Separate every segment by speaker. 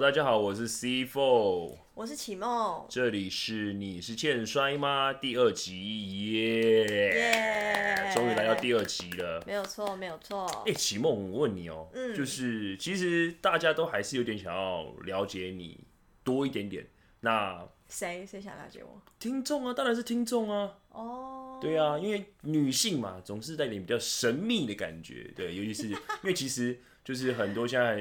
Speaker 1: 大家好，我是 C Four，
Speaker 2: 我是启梦，
Speaker 1: 这里是你是欠摔吗？第二集耶！
Speaker 2: 耶！
Speaker 1: 终于来到第二集了。
Speaker 2: 没有错，没有错。
Speaker 1: 哎、启梦，我问你哦、
Speaker 2: 嗯
Speaker 1: 就是其实大家都还是有点想要了解你多一点点。那
Speaker 2: 谁谁想了解我？
Speaker 1: 听众啊，当然是听众啊，
Speaker 2: 哦，
Speaker 1: 对啊，因为女性嘛，总是带点比较神秘的感觉，对，尤其是 因为其实就是很多现在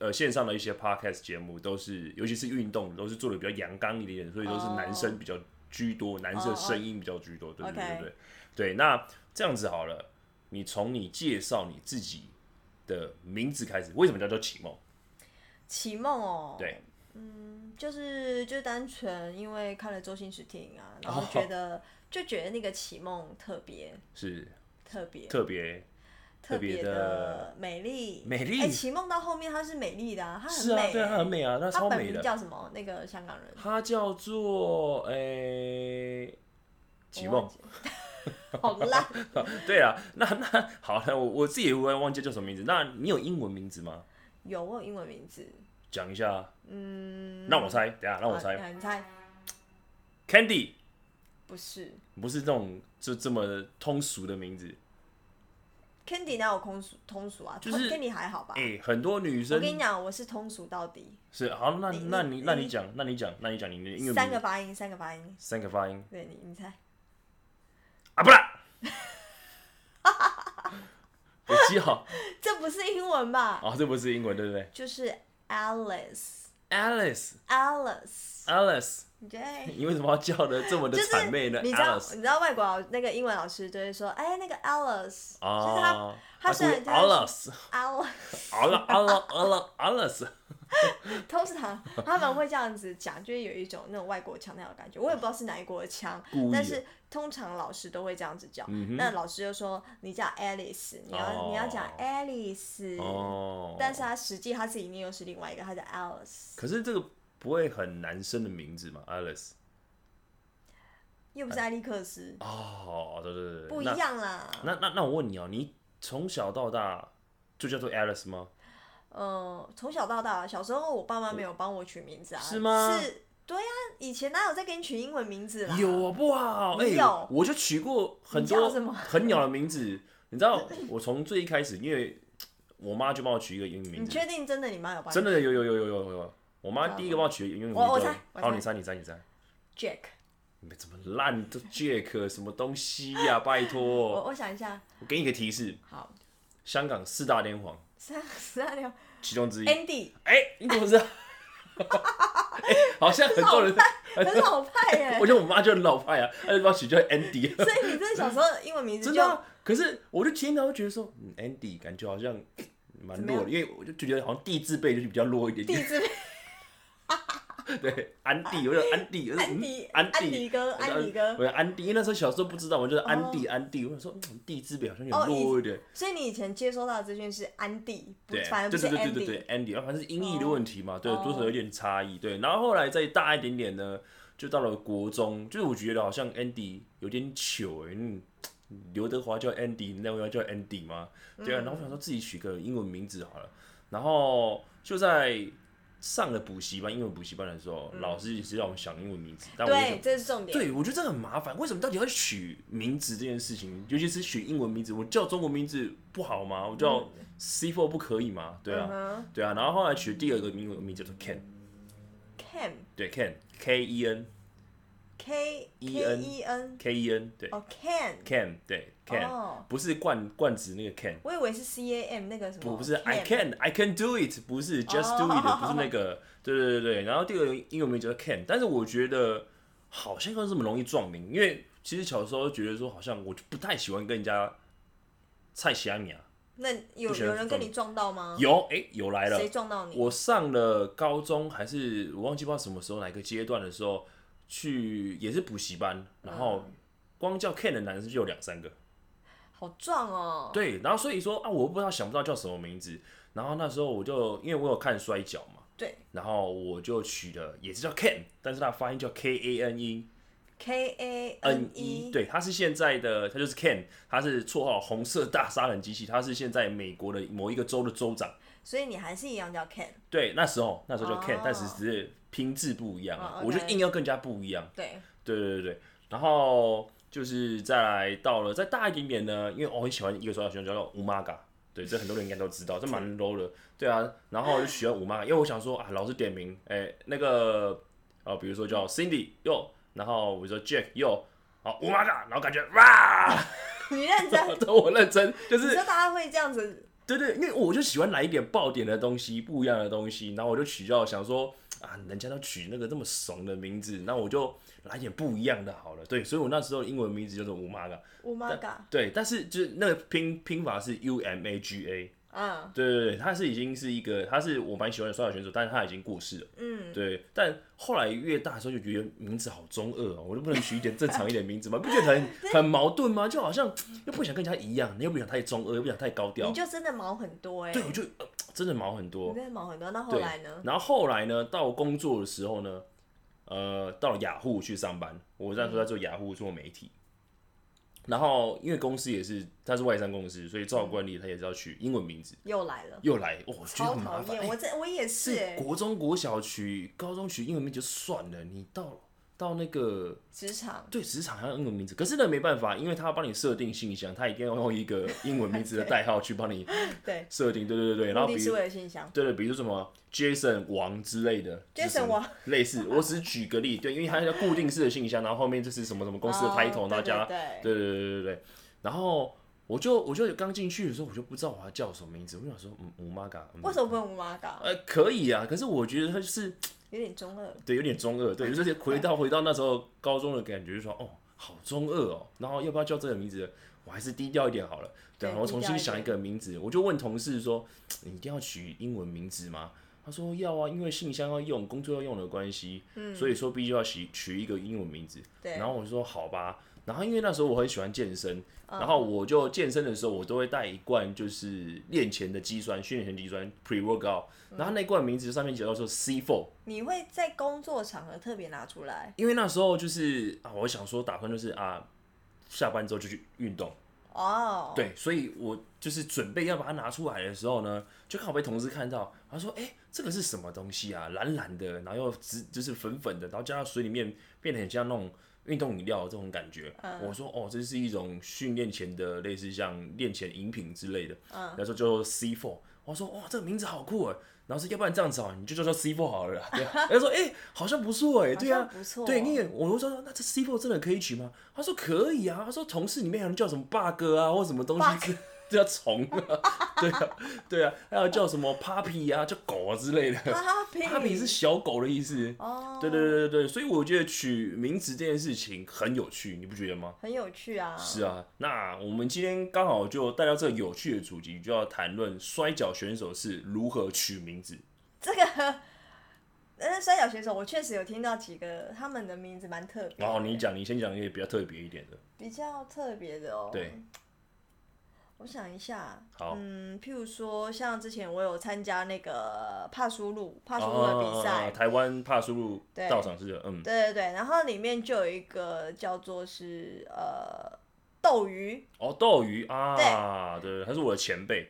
Speaker 1: 呃线上的一些 podcast 节目都是，尤其是运动都是做的比较阳刚一点点，所以都是
Speaker 2: 哦
Speaker 1: 男生比较居多，男生的声音比较居多，对对
Speaker 2: OK
Speaker 1: 对对对。那这样子好了，你从你介绍你自己的名字开始，为什么叫做启梦？
Speaker 2: 哦启梦哦，
Speaker 1: 对，
Speaker 2: 嗯，就是就单纯因为看了周星驰电 影啊，然后觉得、就觉得那个启梦特别
Speaker 1: 是
Speaker 2: 特别
Speaker 1: 特别特别
Speaker 2: 别
Speaker 1: 的
Speaker 2: 的美丽
Speaker 1: 美丽
Speaker 2: 哎、启梦到后面她是美丽的、啊，她很
Speaker 1: 是
Speaker 2: 美、
Speaker 1: 啊，对啊，她很
Speaker 2: 美，
Speaker 1: 美啊，那
Speaker 2: 她
Speaker 1: 超
Speaker 2: 本
Speaker 1: 美
Speaker 2: 名
Speaker 1: 的。
Speaker 2: 叫什么？那个香港人
Speaker 1: 它叫做诶启
Speaker 2: 我
Speaker 1: 梦
Speaker 2: 忘，记 好烂。
Speaker 1: 对啊，那那好，那我我自己也忽然忘记叫什么名字。那你有英文名字吗？
Speaker 2: 有我有英文名字，
Speaker 1: 讲一下，嗯，让我猜，等一下让我
Speaker 2: 好
Speaker 1: 猜
Speaker 2: 你猜，
Speaker 1: ，Candy
Speaker 2: 不是
Speaker 1: 不是这种就这么通俗的名字。
Speaker 2: Candy 哪有通俗通俗啊？
Speaker 1: 就是
Speaker 2: Candy 还好吧？
Speaker 1: 诶，很多女
Speaker 2: 我
Speaker 1: 生
Speaker 2: 跟你讲，我是通俗到底，
Speaker 1: 是好，那
Speaker 2: 你
Speaker 1: 那你那
Speaker 2: 你
Speaker 1: 你讲，那你讲，那你讲你的英文
Speaker 2: 三
Speaker 1: 名
Speaker 2: 个
Speaker 1: 字，
Speaker 2: 发音，三个发音，
Speaker 1: 三个发音
Speaker 2: 对你，你猜，
Speaker 1: 啊，不啦，我记好，
Speaker 2: 这不是英文吧？
Speaker 1: 哦，这不是英文对不对
Speaker 2: 就是 Alice，Alice，
Speaker 1: ？Alice，Alice，
Speaker 2: 对。
Speaker 1: 你为什么要叫的这么的
Speaker 2: 就是
Speaker 1: 谄媚呢？
Speaker 2: 你知道
Speaker 1: Alice
Speaker 2: 你知道外国老那个英文老师就会说，哎，那个 Alice，、就是他
Speaker 1: 啊，
Speaker 2: 他虽然
Speaker 1: 阿拉斯，
Speaker 2: Alice，
Speaker 1: 阿拉阿拉阿拉阿拉斯，
Speaker 2: 通常他们会这样子讲，就是有一种那种外国腔那种感觉，我也不知道是哪一国的腔
Speaker 1: 故意，的嗯
Speaker 2: 但是通常老师都会这样子叫。那老师就说你叫 Alice，你要、你要讲
Speaker 1: 哦
Speaker 2: Alice，、
Speaker 1: 哦，
Speaker 2: 但是他啊实际他自己念又是另外一个，他叫 Alice，
Speaker 1: 可是这个不会很男生的名字嘛，Alice
Speaker 2: 又不是艾利克斯，
Speaker 1: 哦，对对对，
Speaker 2: 不一
Speaker 1: 那。
Speaker 2: 样啦。
Speaker 1: 那那那我问你哦，你从小到大就叫做 Alice 吗？
Speaker 2: 嗯，从小到大，小时候我爸妈没有帮我取名字啊，
Speaker 1: 是吗
Speaker 2: 是，对呀、以前哪有在给你取英文名字啦？
Speaker 1: 有好不好？哎
Speaker 2: 你啊有，
Speaker 1: 我就取过很
Speaker 2: 你
Speaker 1: 多
Speaker 2: 叫什么
Speaker 1: 很鸟的名字，你知道，我从最一开始，因为我妈就帮我取一个英文名
Speaker 2: 你
Speaker 1: 字，
Speaker 2: 确定真的你妈有帮你？
Speaker 1: 真的有有有有有有有，我妈第一个帮我取的英文名字
Speaker 2: 我我
Speaker 1: 叫
Speaker 2: 猜，我
Speaker 1: 好，
Speaker 2: 猜
Speaker 1: 你猜你猜你猜。
Speaker 2: Jack，
Speaker 1: 你们怎么烂的 Jack 什么东西呀、 拜
Speaker 2: 我
Speaker 1: 托，
Speaker 2: 我想一下，
Speaker 1: 我给你一个提示：
Speaker 2: 好，
Speaker 1: 香港四大天皇
Speaker 2: 三十二六
Speaker 1: 其中之一。哎、
Speaker 2: Andy，
Speaker 1: 你怎么知道？ 哎好像很多人，
Speaker 2: 很老派耶、
Speaker 1: 哎我觉得我妈就很老派啊，她就把我取叫 Andy，
Speaker 2: 所以你真的小时候英文名字
Speaker 1: 真
Speaker 2: 就
Speaker 1: 的啊、可是我就听到会觉得说、嗯、，Andy 感觉好像蛮弱的，因为我就觉得好像地字辈就是比较弱一点
Speaker 2: 地
Speaker 1: 点。
Speaker 2: 址
Speaker 1: 对，安迪， 我就安迪，我就
Speaker 2: 安
Speaker 1: 嗯
Speaker 2: 迪
Speaker 1: 安
Speaker 2: 安迪哥安迪哥
Speaker 1: 我就安迪，因为那时候小时候不知道，我就安迪安迪，我想说嗯地字辈好像有
Speaker 2: 哦
Speaker 1: 点
Speaker 2: 以
Speaker 1: 弱一点。
Speaker 2: 所以你以前接收到的资讯是安迪，不
Speaker 1: 对，，
Speaker 2: 反而不
Speaker 1: 对
Speaker 2: 是
Speaker 1: 对对
Speaker 2: Andy。
Speaker 1: 对对对，Andy，啊反正是音译的问题嘛，对，
Speaker 2: 哦
Speaker 1: 多少有点差异。对，然后后来再大一点点呢，就到了国中，就是我觉得好像 Andy 有点糗哎、嗯，刘德华叫 Andy，你那我要叫 Andy 吗？对
Speaker 2: 嗯
Speaker 1: 啊，然后我想说自己取个英文名字好了，然后就在。上了补习班，英文补习班的时候，老师也是让我们想英文名字，啊但我就想
Speaker 2: 嗯对，这是重点。
Speaker 1: 对，我觉得这个很麻烦。为什么到底要取名字这件事情？尤其是取英文名字，我叫中文名字不好吗？我叫 C Four 不可以吗？对啊，
Speaker 2: 嗯
Speaker 1: 对啊。然后后来取第二个英文名字叫做 Ken，
Speaker 2: ，Cam
Speaker 1: 对 Ken K E N
Speaker 2: K K
Speaker 1: E N
Speaker 2: E N
Speaker 1: K E N 对
Speaker 2: 哦，Can，
Speaker 1: Ken 对 Ken，
Speaker 2: 哦，
Speaker 1: 不是冠冠子那个 Ken，
Speaker 2: 我以为是 C A M 那个什么。
Speaker 1: 不不是 I
Speaker 2: Cam
Speaker 1: can I can do it，不是 just do it，、
Speaker 2: 哦
Speaker 1: 不是那个，对对对对。然后第二个英文名叫 can，但是我觉得好像没有这么容易撞名，因为其实小时候觉得说好像我就不太喜欢跟人家菜西安米啊。
Speaker 2: 那有
Speaker 1: 不喜欢
Speaker 2: 有人跟你撞到吗？
Speaker 1: 有哎、有来了
Speaker 2: 嗯谁，撞到你？
Speaker 1: 我上了高中还是我忘记不知道什么时候哪个阶段的时候去也是补习班，然后
Speaker 2: 嗯
Speaker 1: 光叫 can 的男生就有两三个。
Speaker 2: 哦好壮哦！
Speaker 1: 对，然后所以说啊，我不知道想不到叫什么名字。然后那时候我就因为我有看摔跤嘛，
Speaker 2: 对
Speaker 1: 然后我就取了也是叫 Ken，但是它的发音叫 K A N E
Speaker 2: ，K A
Speaker 1: N
Speaker 2: N
Speaker 1: E，
Speaker 2: E，
Speaker 1: 对，它是现在的，它就是 Ken，它是绰号红色大杀人机器，它是现在美国的某一个州的州长，
Speaker 2: 所以你还是一样叫 Ken。
Speaker 1: 对，那时候那时候叫 Ken，、
Speaker 2: 哦
Speaker 1: 但是只是拼字不一样啊
Speaker 2: 哦，OK
Speaker 1: 我就硬要更加不一样。啊
Speaker 2: 对，
Speaker 1: 对对对对，然后就是再来到了再大一点点呢，因为我很喜欢一个手表选手叫做 Umaga，对，这很多人应该都知道，这蛮 low 的，对啊，然后我就喜欢 Umaga，因为我想说啊，老师点名，哎、那个呃，比如说叫 Cindy 哟，然后我说 Jack 哟，哦好 Umaga，然后感觉哇，
Speaker 2: 你认真，
Speaker 1: 对我认真，就
Speaker 2: 你
Speaker 1: 是
Speaker 2: 说大家会这样子，
Speaker 1: 对对，因为我就喜欢来一点爆点的东西，不一样的东西，然后我就取叫想说啊，人家都取那个这么怂的名字，那我就来一点不一样的好了。对，所以我那时候英文名字叫做吴玛嘎，
Speaker 2: 我妈嘎，
Speaker 1: 对，但是就是那个拼拼法是 U M A G A，
Speaker 2: 嗯
Speaker 1: 对对对，他是已经是一个，他是我蛮喜欢的摔跤选手，但是他已经过世了。
Speaker 2: 嗯，
Speaker 1: 对，但后来越大的时候就觉得名字好中二哦，我就不能取一点正常一点名字吗？不觉得很很矛盾吗？就好像又不想跟人家一样，你又不想太中二，又不想太高调
Speaker 2: 你，就真的毛很多哎、
Speaker 1: 哦对，我就、呃真的毛很
Speaker 2: 你
Speaker 1: 多。
Speaker 2: 真的毛很多。那后
Speaker 1: 对
Speaker 2: 来呢？
Speaker 1: 然后后来呢，到工作的时候呢，呃，到了雅虎去上班，我那时候在做雅虎做媒体。然后因为公司也是，它是外商公司，所以照管理他也是要取英文名字。
Speaker 2: 又来了，
Speaker 1: 又来，哦我觉得
Speaker 2: 超
Speaker 1: 很麻
Speaker 2: 讨
Speaker 1: 烦。
Speaker 2: 厌。
Speaker 1: 哎
Speaker 2: 我这我也是哎、
Speaker 1: 国中、国小取、高中取英文名就算了，你到到那个
Speaker 2: 职场
Speaker 1: 对职场还要英文名字，可是呢没办法，因为他要帮你设定信箱，他一定要用一个英文名字的代号去帮你
Speaker 2: 对，
Speaker 1: 设定。对对对对，然
Speaker 2: 目
Speaker 1: 后比
Speaker 2: 的
Speaker 1: 如
Speaker 2: 是为了信箱。
Speaker 1: 对对，比如说什么 Jason 王之类的
Speaker 2: Jason 王，
Speaker 1: 就是类似，我只是举个例，对，因为它叫固定式的信箱，然后后面就是什么什么公司的
Speaker 2: 哦
Speaker 1: title，、然后
Speaker 2: 对
Speaker 1: 加，
Speaker 2: 对
Speaker 1: 对
Speaker 2: 对
Speaker 1: 对对对对对，然后我就我就刚进去的时候，我就不知道我要叫什么名字，我就想说，嗯，吴妈嘎，嗯
Speaker 2: 为什么不能妈嘎？
Speaker 1: 呃，可以啊，可是我觉得它就是
Speaker 2: 有点中二。
Speaker 1: 对有点中二，
Speaker 2: 哎
Speaker 1: 对，就是回到回到那时候高中的感觉，就说哦，好中二哦，然后要不要叫这个名字？我还是低调一点好了，对，
Speaker 2: 对
Speaker 1: 然后
Speaker 2: 低
Speaker 1: 重
Speaker 2: 调
Speaker 1: 新
Speaker 2: 一
Speaker 1: 想一个
Speaker 2: 点
Speaker 1: 名字，我就问同事说，你一定要取英文名字吗？他说要啊，因为信箱要用，工作要用的关系，所以说必须要取取一个英文名字。
Speaker 2: 嗯对
Speaker 1: 然后我就说好吧，然后因为那时候我很喜欢健身，
Speaker 2: 嗯
Speaker 1: 然后我就健身的时候我都会带一罐就是练前的肌酸，训练前肌酸 pre workout，然
Speaker 2: 嗯
Speaker 1: 后那罐名字上面写到说 C four，
Speaker 2: 你会在工作场合特别拿出来
Speaker 1: 因为那时候就是啊，我想说打算就是啊，下班之后就去运动，
Speaker 2: 哦。
Speaker 1: 对，所以我就是准备要把它拿出来的时候呢，就刚好被同事看到，他说：“哎、这个是什么东西啊？蓝蓝的，然后又紫，就是粉粉的，然后加到水里面变得很像那种运动饮料这种感觉。
Speaker 2: 嗯
Speaker 1: 我说：“哦，这是一种训练前的类似像练前饮品之类的。
Speaker 2: 嗯
Speaker 1: 然后就 C four，我说：“哇，这个名字好酷哎！”然后说：“要不然这样子哦，你就叫做 C four 好了啦。”对啊，他说：“哎、好像不错哎，
Speaker 2: 好
Speaker 1: 对啊，
Speaker 2: 像不错哦
Speaker 1: 对，你也，我就说那这 C four 真的可以取吗？他说可以啊，他说同事里面还能叫什么 bug 啊，或什么东西 叫虫啊，对啊，对啊，还有叫什么 puppy 啊，叫狗啊之类的。
Speaker 2: 哈比
Speaker 1: puppy 是小狗的意思。
Speaker 2: 哦，
Speaker 1: 对对对对对，所以我觉得取名字这件事情很有趣，你不觉得吗？
Speaker 2: 很有趣啊。
Speaker 1: 是啊，那我们今天刚好就带到这个有趣的主题，就要谈论摔跤选手是如何取名字。
Speaker 2: 这
Speaker 1: 啊
Speaker 2: 个， 呃，摔跤选手，我确实有听到几个他们的名字蛮特别的。
Speaker 1: 然后哦你讲，你先讲一个比较特别一点的。
Speaker 2: 比较特别的哦。
Speaker 1: 对，
Speaker 2: 我想一下。
Speaker 1: 好
Speaker 2: 嗯，譬如说，像之前我有参加那个帕苏路帕苏路的比
Speaker 1: 啊啊啊
Speaker 2: 赛
Speaker 1: 啊，台湾帕苏路
Speaker 2: 对
Speaker 1: 道场是嗯，
Speaker 2: 对对对，然后里面就有一个叫做是呃斗鱼。
Speaker 1: 哦，斗鱼啊，对，他是我的前辈，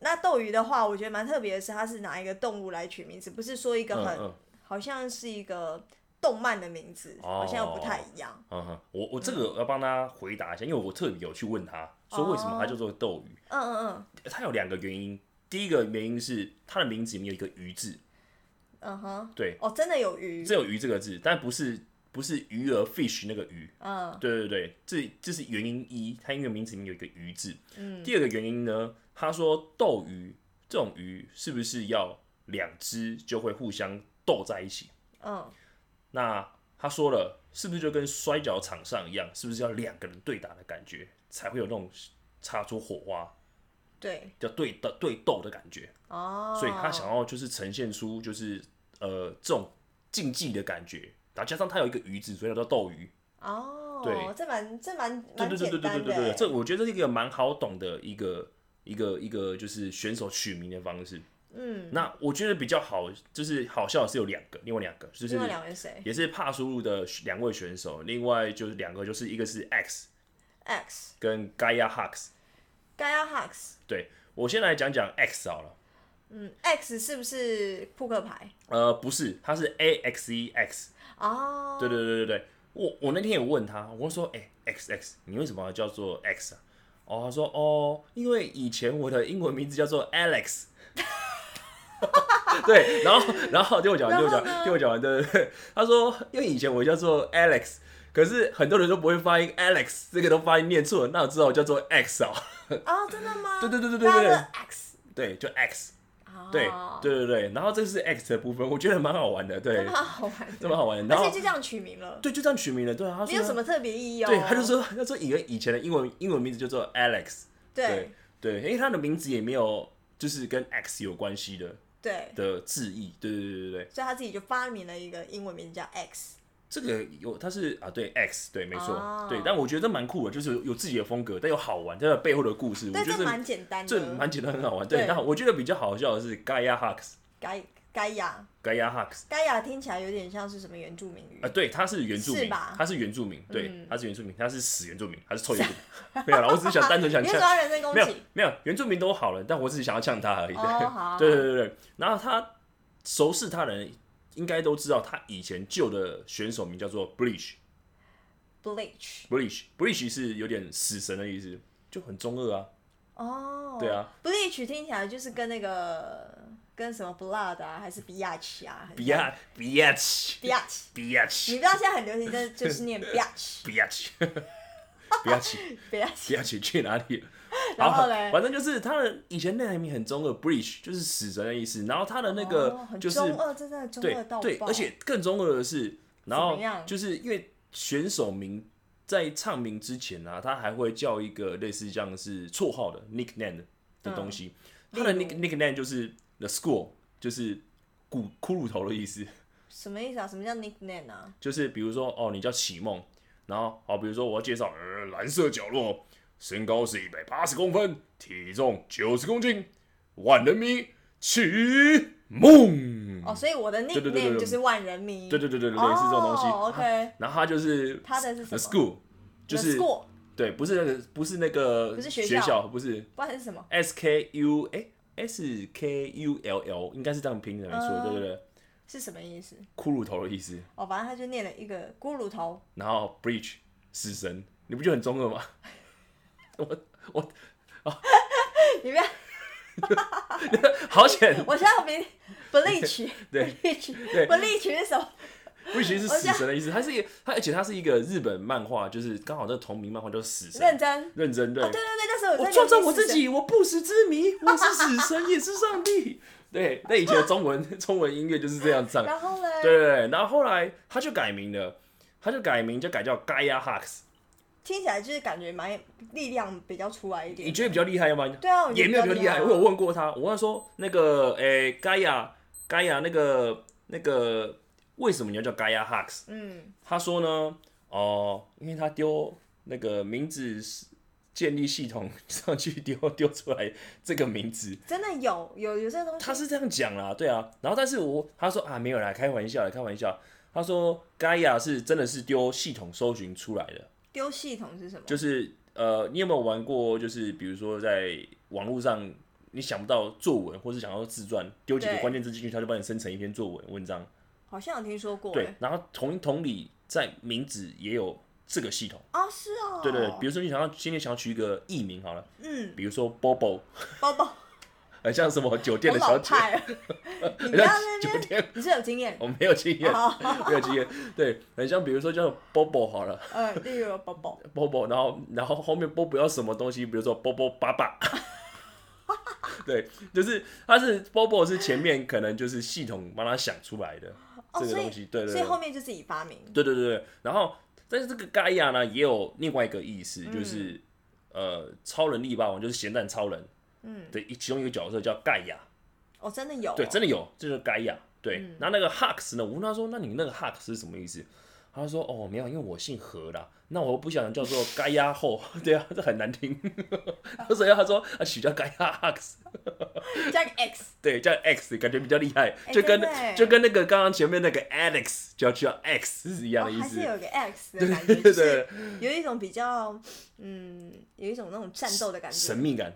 Speaker 2: 那斗鱼的话，我觉得蛮特别的是，它是拿一个动物来取名字，不是说一
Speaker 1: 嗯
Speaker 2: 个很、
Speaker 1: 嗯
Speaker 2: 好像是一个动漫的名字，好像又不太一样。
Speaker 1: 嗯哼，我我这个要帮他回答一下，因为我特别有去问他说为什么他叫做斗鱼，
Speaker 2: 嗯嗯
Speaker 1: 他有两个原因，第一个原因是他的名字里面有一个鱼字，
Speaker 2: 嗯，嗯哼，
Speaker 1: 对，
Speaker 2: 哦，真的有鱼，
Speaker 1: 只有鱼这个字，但不是不是鱼儿 fish 那个鱼，
Speaker 2: 嗯
Speaker 1: 对对对，这这是原因一，他因为名字里面有一个鱼字，
Speaker 2: 嗯，
Speaker 1: 第二个原因呢，他说斗鱼这种鱼是不是要两只就会互相斗在一起？
Speaker 2: 嗯，
Speaker 1: 那他说了，是不是就跟摔跤场上一样，是不是要两个人对打的感觉，才会有那种擦出火花，
Speaker 2: 对，
Speaker 1: 叫对的对斗的感觉？
Speaker 2: 哦，
Speaker 1: 所以他想要就是呈现出就是呃这种竞技的感觉，然后加上他有一个鱼字，所以叫做斗鱼。
Speaker 2: 哦，
Speaker 1: 对
Speaker 2: 这蛮这蛮
Speaker 1: 对
Speaker 2: 蛮
Speaker 1: 对对对
Speaker 2: 简
Speaker 1: 对对
Speaker 2: 单的
Speaker 1: 对对，
Speaker 2: 欸，
Speaker 1: 这我觉得这是一个蛮好懂的一个一个一个就是选手取名的方式。
Speaker 2: 嗯，
Speaker 1: 那我觉得比较好，就是好笑的是有两个，另外两个就是
Speaker 2: 另外两位谁
Speaker 1: 也是帕输入的两位选手，另外就是两个，就是一个是 X
Speaker 2: ？X
Speaker 1: 跟 Gaia Hux。
Speaker 2: Gaia Hux，
Speaker 1: 对我先来讲讲 X 好了，
Speaker 2: 嗯，X 是不是扑克牌？
Speaker 1: 呃，不是，它是 A X E X。
Speaker 2: 哦，
Speaker 1: 对对对对对，我我那天有问他，我说，哎、x X，你为什么要叫做 X 啊？哦，他说，哦，因为以前我的英文名字叫做 Alex。对，然后然后听我讲完，听我
Speaker 2: 然后呢
Speaker 1: 讲，听我讲完，对对对。他说，因为以前我叫做 Alex，可是很多人都不会发音 Alex，这个都发音念错了，那我知道我叫做 X 啊。
Speaker 2: 哦，真的吗？
Speaker 1: 对对对对对
Speaker 2: 大家
Speaker 1: 对
Speaker 2: 都 X，
Speaker 1: 对，就 X。
Speaker 2: 哦
Speaker 1: 对，对对对，然后这是 X 的部分，我觉得蛮好玩的，对
Speaker 2: 真，蛮好玩
Speaker 1: 这
Speaker 2: 的，
Speaker 1: 蛮好玩的。
Speaker 2: 而
Speaker 1: 然
Speaker 2: 且
Speaker 1: 后
Speaker 2: 就这样取名了，
Speaker 1: 对，就这样取名了，对啊，他说
Speaker 2: 没有什么特别意义哦。
Speaker 1: 对，他就说他说以为以前的英文英文名字叫做 Alex，
Speaker 2: 对
Speaker 1: 对，因为他的名字也没有就是跟 X 有关系的
Speaker 2: 对，
Speaker 1: 的字义，对对对对对，
Speaker 2: 所以他自己就发明了一个英文名字叫 X。
Speaker 1: 这个有他是啊对 X 对没错、
Speaker 2: 哦
Speaker 1: 对，但我觉得蛮酷的，就是有自己的风格，但又好玩，它有背后的故事，我
Speaker 2: 对，
Speaker 1: 觉得
Speaker 2: 这
Speaker 1: 这
Speaker 2: 蛮简单的。
Speaker 1: 这蛮简单，很好玩。对，
Speaker 2: 对
Speaker 1: 然后我觉得比较好笑的是 Gaia Hux。
Speaker 2: 该该雅，
Speaker 1: Gaia Hux
Speaker 2: 该雅听起来有点像是什么原住民语
Speaker 1: 啊，，对，他是原住
Speaker 2: 是
Speaker 1: 民
Speaker 2: 吧，
Speaker 1: 他是原住民，对
Speaker 2: 嗯，
Speaker 1: 他是原住民，他是死原住民，他是 臭原住民，没有啦，我只是想单纯想
Speaker 2: 你
Speaker 1: 呛
Speaker 2: 为什，么要人身攻
Speaker 1: 没有
Speaker 2: 击？
Speaker 1: 没有，原住民都好了，但我只是想要呛他而已。
Speaker 2: 哦好啊
Speaker 1: 对对对对，然后他熟识他的人应该都知道，他以前旧的选手名叫做 Bleach，Bleach，Bleach
Speaker 2: ，bleach。
Speaker 1: Bleach 是有点死神的意思，就很中二啊。
Speaker 2: 哦，
Speaker 1: 对啊
Speaker 2: ，bleach 听起来就是跟那个跟什么 blood 啊，还是 biatch 啊很像
Speaker 1: b i a b i a c h
Speaker 2: biatch。
Speaker 1: b i a c
Speaker 2: 你
Speaker 1: h
Speaker 2: 知道现在很流行的就是念 biatch
Speaker 1: b i a c h b i a c h
Speaker 2: biatch，
Speaker 1: b i a c h 去哪 里？
Speaker 2: 然
Speaker 1: 好
Speaker 2: 后嘞
Speaker 1: 反正就是他的以前那台名很中二，Bleach 就是死神的意思，然后他的那
Speaker 2: 哦
Speaker 1: 个
Speaker 2: 很
Speaker 1: 就是
Speaker 2: 中二，真的中
Speaker 1: 对
Speaker 2: 二到
Speaker 1: 对，
Speaker 2: 爆
Speaker 1: 而且更中二的是，然
Speaker 2: 怎么
Speaker 1: 后
Speaker 2: 样
Speaker 1: 就是因为选手名在唱名之前啊，他还会叫一个类似像是绰号的 nickname 的的东西，他的
Speaker 2: 嗯例
Speaker 1: nick
Speaker 2: 如
Speaker 1: nickname 就是 the school，就是骨骷髅头的意思，
Speaker 2: 什么意思啊？什么叫 nickname 啊？
Speaker 1: 就是比如说哦，你叫启梦，然后哦好，比如说我要介绍呃蓝色角落，身高是一百八十公分，体重九十公斤，万人迷启梦。
Speaker 2: 哦，所以我的
Speaker 1: 嗯对对对
Speaker 2: nickname 就是万人迷，
Speaker 1: 对对对对对，
Speaker 2: 哦
Speaker 1: 类似这种东西。
Speaker 2: OK
Speaker 1: 然后他就是
Speaker 2: 他的是什
Speaker 1: the
Speaker 2: 么
Speaker 1: school，就
Speaker 2: The
Speaker 1: 是
Speaker 2: school，
Speaker 1: 对，不是那个不是那个
Speaker 2: 不是学
Speaker 1: 学
Speaker 2: 校
Speaker 1: 不是
Speaker 2: 不然是什么？
Speaker 1: S K U 哎 S K U L L 应该是这样拼的没错，
Speaker 2: 嗯
Speaker 1: 对对对，
Speaker 2: 是什么意思？
Speaker 1: 骷髅头的意思。
Speaker 2: 哦，反正他就念了一个骷髅头，
Speaker 1: 然后 breach 死神，你不就很中二吗？ 我我
Speaker 2: 你不要，
Speaker 1: 好险
Speaker 2: 我现在名 bleach
Speaker 1: 对
Speaker 2: bleach
Speaker 1: 对
Speaker 2: bleach 是什么？
Speaker 1: ，breach 是死神的意思，它是一个它，而且它是一个日本漫画，就是刚好这个同名漫画叫死神，
Speaker 2: 认真。哦
Speaker 1: 认真对
Speaker 2: 对对。对，那时候有在
Speaker 1: 我
Speaker 2: 流
Speaker 1: 创造
Speaker 2: 行
Speaker 1: 我
Speaker 2: 死
Speaker 1: 自
Speaker 2: 神，
Speaker 1: 己，我不死之谜，我是死神，也是上帝。对，那以前的中文中文音乐就是这样唱。
Speaker 2: 然后呢？
Speaker 1: 对对对，然后后来他就改名了，他就改名就改叫 Gaia Hux。
Speaker 2: 听起来就是感觉蛮力量比较出来一
Speaker 1: 你
Speaker 2: 点。
Speaker 1: 觉得比较厉害吗？
Speaker 2: 对啊，我觉
Speaker 1: 也
Speaker 2: 得
Speaker 1: 没有
Speaker 2: 比
Speaker 1: 比
Speaker 2: 较
Speaker 1: 较厉害。
Speaker 2: 啊
Speaker 1: 我有问过他，我问他说那个诶、Gaia Gaia 那个那个为什么你要叫 Gaia Hux？
Speaker 2: 嗯，
Speaker 1: 他说呢，哦、因为他丢那个名字是建立系统 上去丢丢出来这个名字。
Speaker 2: 真的有有有这个东西。
Speaker 1: 他是这样讲啦，对啊。然后但是我他说啊没有啦，开玩笑啦，开玩笑。他说 Gaia 是真的是丢系统搜寻出来的，
Speaker 2: 丢系统是什么？
Speaker 1: 就是呃，你有没有玩过？就是比如说在网络上你想不到作文，或是想要自传，丢几个
Speaker 2: 对
Speaker 1: 关键字进去，他就帮你生成一篇作文文章。
Speaker 2: 好像有听说过。欸
Speaker 1: 对，，然后同同理，在名字也有这个系统。
Speaker 2: 哦，是哦。
Speaker 1: 对对，对比如说你想要今天想要取一个艺名好了，
Speaker 2: 嗯，
Speaker 1: 比如说 Bobo，
Speaker 2: 包包，
Speaker 1: 很像什么酒店
Speaker 2: 我
Speaker 1: 的
Speaker 2: 老
Speaker 1: 小姐，
Speaker 2: 派了。你
Speaker 1: 很
Speaker 2: 不要
Speaker 1: 像
Speaker 2: 在那
Speaker 1: 酒
Speaker 2: 边，
Speaker 1: 店，
Speaker 2: 你是有经验。
Speaker 1: 我没有经验。
Speaker 2: 好，
Speaker 1: 没有经验。对，很像比如说叫 Bobo 好了
Speaker 2: 呃，例如 包包，
Speaker 1: ，Bobo，然后然后后面 Bobo 要什么东西，比如说 Bobo 爸爸。 对，就是它是 Bobo 是前面可能就是系统帮他想出来的、这
Speaker 2: 哦
Speaker 1: 个
Speaker 2: 所以
Speaker 1: 东西，对对
Speaker 2: 所以
Speaker 1: 对
Speaker 2: 后面就自己发明。
Speaker 1: 对对对对。然后但是这个盖亚呢也有另外一个意思，就是、呃超人力霸王就是咸蛋超人，
Speaker 2: 嗯，
Speaker 1: 对，其中一个角色叫盖亚，
Speaker 2: 哦，真的有。
Speaker 1: 对，真
Speaker 2: 的。
Speaker 1: 的有，这就是盖亚。对，
Speaker 2: 嗯
Speaker 1: 然后那个 Hux 呢？我问他说：“那你那个 Hux 是什么意思？”他说：“哦，没有，因为我姓何啦，那我不想叫做盖亚后， 对啊，这很难听。 所以他说他取叫盖亚 Hux，
Speaker 2: 加个 X，
Speaker 1: 对，叫 X，感觉比较厉害，就跟、
Speaker 2: 真的欸
Speaker 1: 就跟那个刚刚前面那个 Alex 就要叫 X 是一样
Speaker 2: 哦
Speaker 1: 的意
Speaker 2: 还
Speaker 1: 思。
Speaker 2: 是有 个 X 的感觉，
Speaker 1: 对
Speaker 2: 就
Speaker 1: 对
Speaker 2: 是有一种比较，嗯，有一种那种战斗的感
Speaker 1: 神
Speaker 2: 觉。
Speaker 1: 秘感，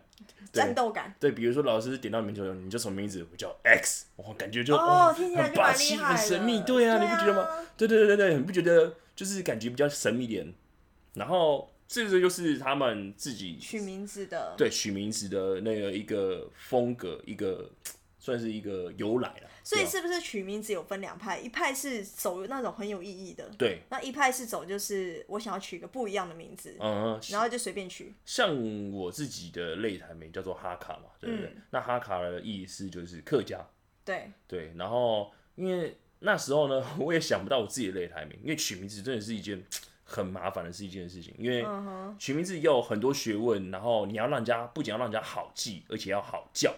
Speaker 2: 战斗感。
Speaker 1: 对，比如说老师点到你名字，你叫什么名字？我叫 X，哇，感觉就
Speaker 2: 哦
Speaker 1: 哇
Speaker 2: 听起来
Speaker 1: 很
Speaker 2: 就
Speaker 1: 霸
Speaker 2: 蛮厉
Speaker 1: 气，
Speaker 2: 害
Speaker 1: 很神秘，
Speaker 2: 的
Speaker 1: 对啊，
Speaker 2: 对
Speaker 1: 你不觉得
Speaker 2: 啊
Speaker 1: 吗？对对对对对，你不觉得就是感觉比较神秘一点？然后这个就是他们自己
Speaker 2: 取名字的，
Speaker 1: 对取名字的那个一个风格，一个算是一个由来了。
Speaker 2: 所以
Speaker 1: 对吧
Speaker 2: 是不是取名字有分两派？一派是走那种很有意义的，
Speaker 1: 对，
Speaker 2: 那一派是走就是我想要取一个不一样的名字，
Speaker 1: 嗯，
Speaker 2: 然后就随便取。
Speaker 1: 像我自己的擂台名叫做哈卡嘛，对不
Speaker 2: 嗯
Speaker 1: 对？那哈卡的意思就是客家，
Speaker 2: 对，
Speaker 1: 对。然后因为那时候呢， 我也想不到我自己的擂台名，因为取名字真的是一件很麻烦的是一件事情，因为
Speaker 2: 嗯哼。
Speaker 1: 取名字要有很多学问，然后你要让人家不仅要让人家好记，而且要好叫。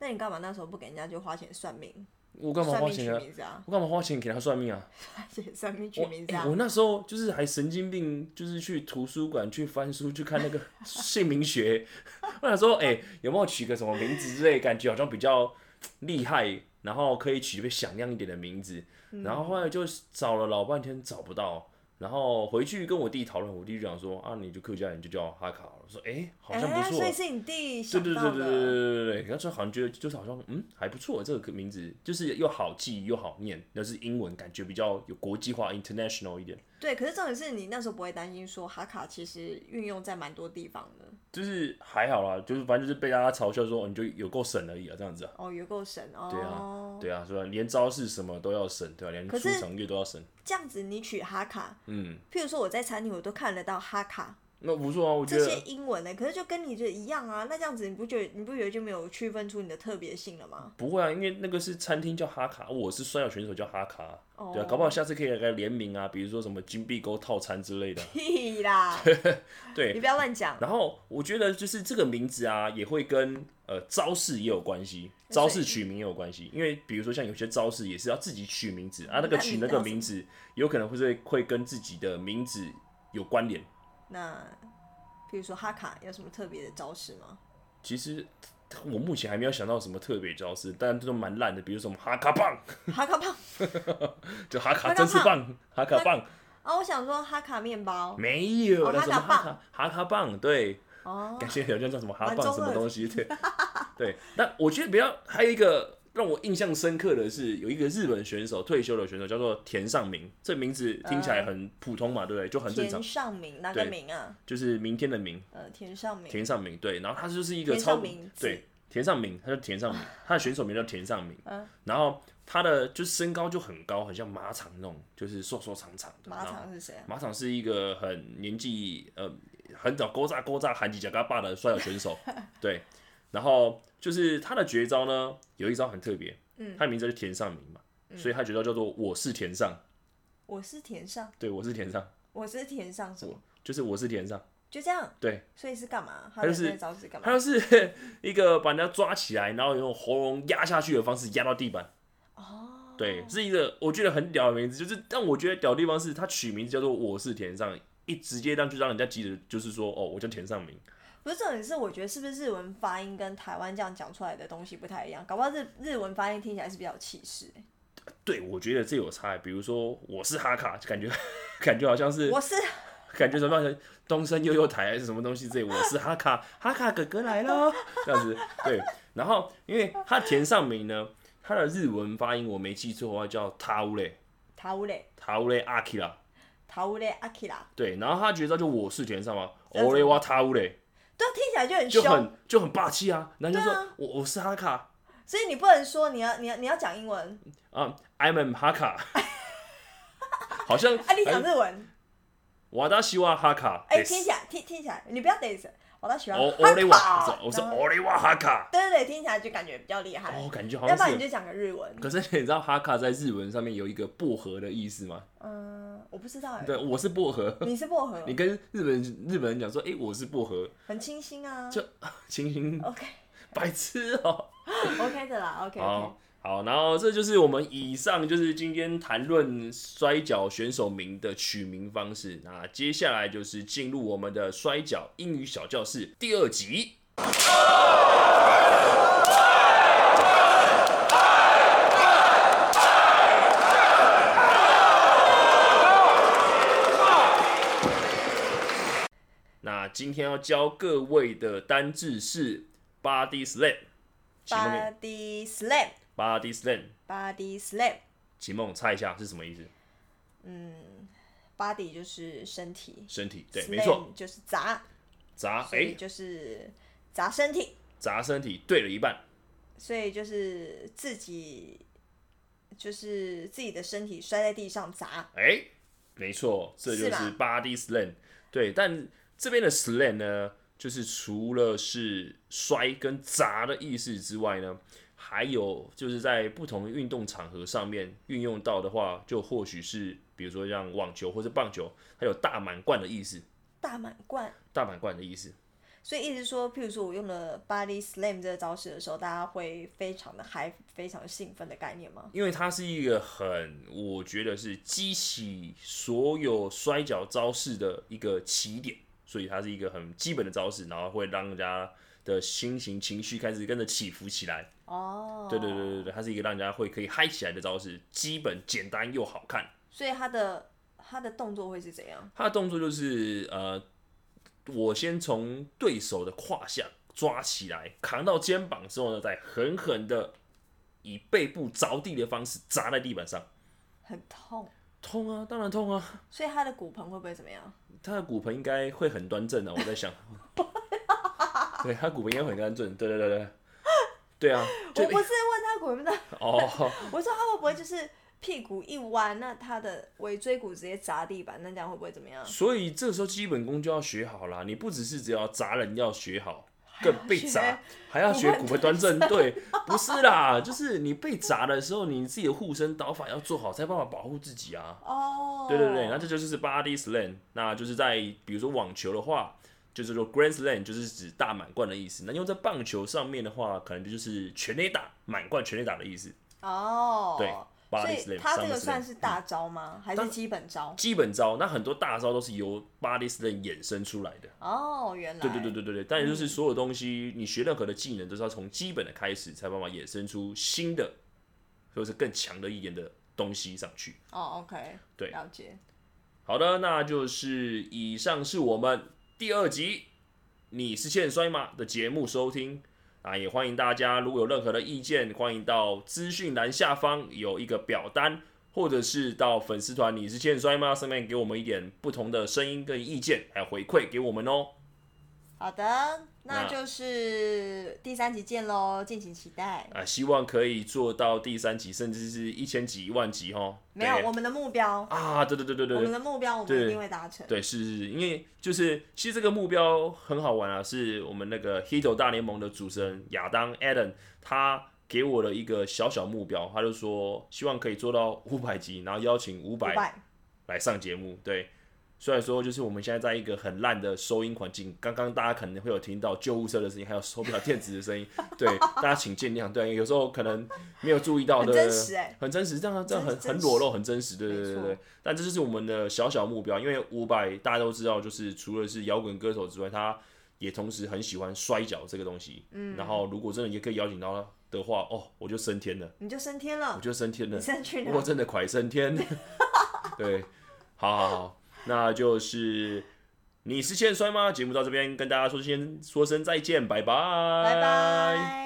Speaker 2: 那你干嘛那时候不给人家就花钱算命？
Speaker 1: 我干嘛
Speaker 2: 算
Speaker 1: 花
Speaker 2: 命取
Speaker 1: 钱啊？
Speaker 2: 名字啊，
Speaker 1: 我干嘛花钱给他算命啊？
Speaker 2: 花钱算命取
Speaker 1: 我、
Speaker 2: 名字啊
Speaker 1: 欸、我。那时候就是还神经病，就是去图书馆去翻书，去看那个姓名学。 我想说，哎、有没有取个什么名字之类，感觉好像比较厉害，然后可以取个响亮一点的名字。
Speaker 2: 嗯
Speaker 1: 然后后来就找了老半天找不到，然后回去跟我弟讨论，我弟就讲说啊，你就客家人就叫哈卡了。我说，哎、好像
Speaker 2: 哎
Speaker 1: 不错。
Speaker 2: 所以是你
Speaker 1: 对
Speaker 2: 弟想
Speaker 1: 对对
Speaker 2: 到
Speaker 1: 对对对
Speaker 2: 的。
Speaker 1: 对对对，那时候好像觉得就是好像嗯还不错，这个名字就是又好记又好念，那是英文，感觉比较有国际化 international 一点。
Speaker 2: 对，可是重点是你那时候不会担心说哈卡其实运用在蛮多地方的。
Speaker 1: 就是还好啦，就是反正就是被大家嘲笑说哦你就有够省而已啊，这样子啊。
Speaker 2: 哦，有够神哦。
Speaker 1: 对啊，对啊，是吧？连招式什么都要省，对吧、连
Speaker 2: 可
Speaker 1: 出
Speaker 2: 是
Speaker 1: 场乐都要省。
Speaker 2: 这样子你取哈卡，
Speaker 1: 嗯，
Speaker 2: 譬如说我在餐厅我都看得到哈卡
Speaker 1: 那不错啊，我觉
Speaker 2: 这些
Speaker 1: 得
Speaker 2: 英文呢、可是就跟你这一样啊。那这样子你不觉得你不觉得就没有区分出你的特别性了吗？
Speaker 1: 不会啊，因为那个是餐厅叫哈卡，我是摔跤选手叫哈卡啊，
Speaker 2: 哦
Speaker 1: 对啊，搞不好下次可以来个联名啊，比如说什么金币沟套餐之类的啊。
Speaker 2: 屁啦，
Speaker 1: 对
Speaker 2: 你不要乱讲。
Speaker 1: 然后我觉得就是这个名字啊，也会跟呃招式也有关系，招式取名也有关系。因为比如说像有些招式也是要自己取名字啊，那个
Speaker 2: 嗯那
Speaker 1: 取
Speaker 2: 你
Speaker 1: 那个
Speaker 2: 倒是
Speaker 1: 名字有可能会是会跟自己的名字有关联。
Speaker 2: 那譬如说哈卡有什么特别的招式吗？
Speaker 1: 其实我目前还没有想到什么特别招式，但这都蛮烂的，比如什么哈卡棒，
Speaker 2: 哈卡棒
Speaker 1: 就哈卡
Speaker 2: 哈卡
Speaker 1: 真是棒，哈卡棒
Speaker 2: 啊，我想说哈卡面包
Speaker 1: 没有，
Speaker 2: 哦
Speaker 1: 那什么
Speaker 2: 哈
Speaker 1: 哈
Speaker 2: 卡棒
Speaker 1: 卡哈卡棒，对，
Speaker 2: 哦，
Speaker 1: 感谢好像叫什么哈
Speaker 2: 蛮中
Speaker 1: 棒
Speaker 2: 二
Speaker 1: 什么东西， 对对。那我觉得比较还有一个让我印象深刻的是，有一个日本选手退休的选手叫做田尚明，这名字听起来很普通嘛，对不对？就很正常
Speaker 2: 田，上明哪个
Speaker 1: 对
Speaker 2: 明啊？
Speaker 1: 就是明天的明，
Speaker 2: 呃，田上明，
Speaker 1: 田尚明，对。然后他就是一个
Speaker 2: 田
Speaker 1: 超
Speaker 2: 尚明
Speaker 1: 对田尚明，他叫田 尚明，他的选手名叫田尚明
Speaker 2: 嗯，
Speaker 1: 然后他的就是身高就很高，很像马场那种，就是瘦瘦长长的，
Speaker 2: 马
Speaker 1: 然后
Speaker 2: 场是谁啊？
Speaker 1: 马场是一个很年纪呃很早勾炸勾炸韩吉加嘎巴的摔跤选 手，对，然后就是他的绝招呢，有一招很特别，
Speaker 2: 嗯
Speaker 1: 他的名字就是田上明嘛，所以他绝招叫做我是田上，
Speaker 2: 我是田上，
Speaker 1: 对，我是田上，
Speaker 2: 我是田上什么？
Speaker 1: 就是我是田上，
Speaker 2: 就这样，
Speaker 1: 对，
Speaker 2: 所以是干嘛？他
Speaker 1: 就
Speaker 2: 的
Speaker 1: 是
Speaker 2: 那招式干嘛
Speaker 1: 他？就是 一个把人家抓起来，然后用喉咙压下去的方式压到地板，
Speaker 2: 哦，
Speaker 1: 对，是一个我觉得很屌的名字，就是但我觉得屌的地方是他取名字叫做我是田上，一直接让就让人家记得就是说哦，我叫田上明。
Speaker 2: 不是重点是，我觉得是不是日文发音跟台湾这样讲出来的东西不太一样？搞不好日日文发音听起来是比较有气势、欸
Speaker 1: 对，我觉得这有差。欸比如说，我是哈卡，感觉感觉好像是
Speaker 2: 我是
Speaker 1: 感觉什么像东森幼幼台还是什么东西之类。我是哈卡，哈卡哥哥来喽，这样子。对，然后因为他田上明呢，他的日文发音我没记错的话叫塔乌雷，
Speaker 2: 桃乌嘞，
Speaker 1: 塔乌雷阿基拉。
Speaker 2: 桃乌嘞阿基拉，
Speaker 1: 对，然后他绝招就我是田上嘛，
Speaker 2: 这样子
Speaker 1: 欧雷哇塔乌雷，
Speaker 2: 对，啊听起来就很
Speaker 1: 就
Speaker 2: 凶。
Speaker 1: 很就很霸气啊。然后就说、
Speaker 2: 对啊
Speaker 1: 我我是哈卡
Speaker 2: 所以你不能说你要你要你要讲英文，
Speaker 1: 啊、i m a 哈卡， 好像
Speaker 2: 啊，你讲日文，
Speaker 1: 瓦达西瓦哈卡。
Speaker 2: 哎、听起来听听起来，你不要 days，我倒喜欢。
Speaker 1: 哦，奥利瓦，
Speaker 2: 哈
Speaker 1: 我
Speaker 2: 卡
Speaker 1: 说我说
Speaker 2: 然后
Speaker 1: 奥利瓦哈卡，
Speaker 2: 对对对，听起来就感觉比较厉害。
Speaker 1: 哦，感觉好
Speaker 2: 要不
Speaker 1: 像
Speaker 2: 然你
Speaker 1: 是有。
Speaker 2: 就讲个日文。
Speaker 1: 可是你知道哈卡在日文上面有一个薄荷的意思吗？
Speaker 2: 嗯，我不知道哎、
Speaker 1: 对，我是薄荷。
Speaker 2: 你是薄荷
Speaker 1: 你，跟日本日本人讲说，哎、我是薄荷，
Speaker 2: 很清新啊。
Speaker 1: 就清新
Speaker 2: OK
Speaker 1: 白痴哦、
Speaker 2: OK 的啦，OK
Speaker 1: 好
Speaker 2: OK。
Speaker 1: 好，然后这就是我们以上就是今天谈论摔跤选手名的取名方式。那接下来就是进入我们的摔跤英语小教室第二集。那今天要教各位的单字是 Body Slam，请问你
Speaker 2: Body Slam。
Speaker 1: Body Slam，
Speaker 2: Body slam，
Speaker 1: 请问我猜一下是什么意思？
Speaker 2: 嗯 body 就是身体，
Speaker 1: 身体，对，
Speaker 2: slam
Speaker 1: 没错，
Speaker 2: 就是砸，
Speaker 1: 砸，
Speaker 2: 所以
Speaker 1: 哎，
Speaker 2: 就是砸身体，
Speaker 1: 砸身体，对了一半，
Speaker 2: 所以就是自己就是自己的身体摔在地上砸，
Speaker 1: 哎，没错，这就是是
Speaker 2: 吧
Speaker 1: Body Slam，对，但这边的 Slam 呢，就是除了是摔跟砸的意思之外呢。还有就是在不同运动场合上面运用到的话，就或许是比如说像网球或者棒球，它有大满贯的意思，
Speaker 2: 大满贯。
Speaker 1: 大满贯的意思。
Speaker 2: 所以一直说，譬如说我用了 body slam 这个招式的时候，大家会非常的嗨，非常兴奋的概念吗？
Speaker 1: 因为它是一个很，我觉得是激起所有摔跤招式的一个起点，所以它是一个很基本的招式，然后会让人家的心情、情绪开始跟着起伏起来。
Speaker 2: 哦，
Speaker 1: 对对对对对，它是一个让人家会可以嗨起来的招式，基本简单又好看。
Speaker 2: 所以他的他的动作会是怎样？
Speaker 1: 它的动作就是呃，我先从对手的胯下抓起来，扛到肩膀之后呢，再狠狠的以背部着地的方式砸在地板上。
Speaker 2: 很痛，
Speaker 1: 痛啊，当然痛啊！
Speaker 2: 所以他的骨盆会不会怎么样？
Speaker 1: 他的骨盆应该会很端正的、啊我在想。 对，他骨盆应该会很端正，对对对对，对啊，就
Speaker 2: 我不是问他骨盆的，
Speaker 1: 哦，
Speaker 2: 我说他会不会就是屁股一弯，那他的尾椎骨直接砸地板，那这样会不会怎么样？
Speaker 1: 所以这时候基本功就要学好啦。你不只是只要砸人要学好，更被砸还要学骨盆端正，对，不是啦，就是你被砸的时候，你自己的护身导法要做好，才有办法保护自己啊。
Speaker 2: 哦，
Speaker 1: 对对对，那这就是 body slam，那就是在比如说网球的话，就是说 grand slam 就是指大满贯的意思。那用在棒球上面的话，可能就是全垒打满贯全垒打的意思。
Speaker 2: 哦，
Speaker 1: 对
Speaker 2: 所
Speaker 1: body
Speaker 2: 以
Speaker 1: slam
Speaker 2: 他这个
Speaker 1: summer slam
Speaker 2: 算是大招吗？还是基本招？
Speaker 1: 基本招，那很多大招都是由 body slam 衍生出来的。
Speaker 2: 哦，原来
Speaker 1: 对对对对对对，但也就是所有东西，你学任何的技能都是要从基本的开始，才有办法衍生出新的，或者是更强的一点的东西上去。
Speaker 2: 哦，OK，
Speaker 1: 对
Speaker 2: 了解。
Speaker 1: 好的，那就是以上是我们第二集《你是欠摔吗》的节目收听啊，也欢迎大家如果有任何的意见，欢迎到资讯栏下方有一个表单，或者是到粉丝团“你是欠摔吗”上面给我们一点不同的声音跟意见，还有回馈给我们哦。
Speaker 2: 好的，那
Speaker 1: 那
Speaker 2: 就是第三集见喽，敬请期待。
Speaker 1: 啊，希望可以做到第三集，甚至是一千集、一万集哦。
Speaker 2: 没有
Speaker 1: 对
Speaker 2: 我们的目标，
Speaker 1: 啊，对对对对对
Speaker 2: 我
Speaker 1: 对
Speaker 2: 们，的目标我们
Speaker 1: 对
Speaker 2: 一定会达成。
Speaker 1: 对，是是是，因为就是其实这个目标很好玩啊，是我们那个《Hito 大联盟》的主持人亚当 Adam，他给我的一个小小目标，他就说希望可以做到五百集，然后邀请五百
Speaker 2: 拜，
Speaker 1: 来上节目。对，虽然说就是我们现在在一个很烂的收音环境，刚刚大家可能会有听到救护车的声音，还有手表电子的声 音，对，大家请见谅。对，有时候可能没有注意到
Speaker 2: 很
Speaker 1: 的，
Speaker 2: 真实哎
Speaker 1: 很真实，这样这样很
Speaker 2: 真
Speaker 1: 很
Speaker 2: 真
Speaker 1: 裸露，很真实，对
Speaker 2: 没
Speaker 1: 对
Speaker 2: 错
Speaker 1: 对对。但这就是我们的小小目标，因为伍佰大家都知道，就是除了是摇滚歌手之外，他也同时很喜欢摔跤这个东西。嗯，然后如果真的也可以邀请到他的话，哦，我就升天了，
Speaker 2: 你就升天
Speaker 1: 我
Speaker 2: 了，
Speaker 1: 就升天了
Speaker 2: 你，升去哪
Speaker 1: 我？真的快升 天。对，好好好，那就是你是欠摔吗？节目到这边跟大家说先说声再见，拜拜，
Speaker 2: 拜。拜。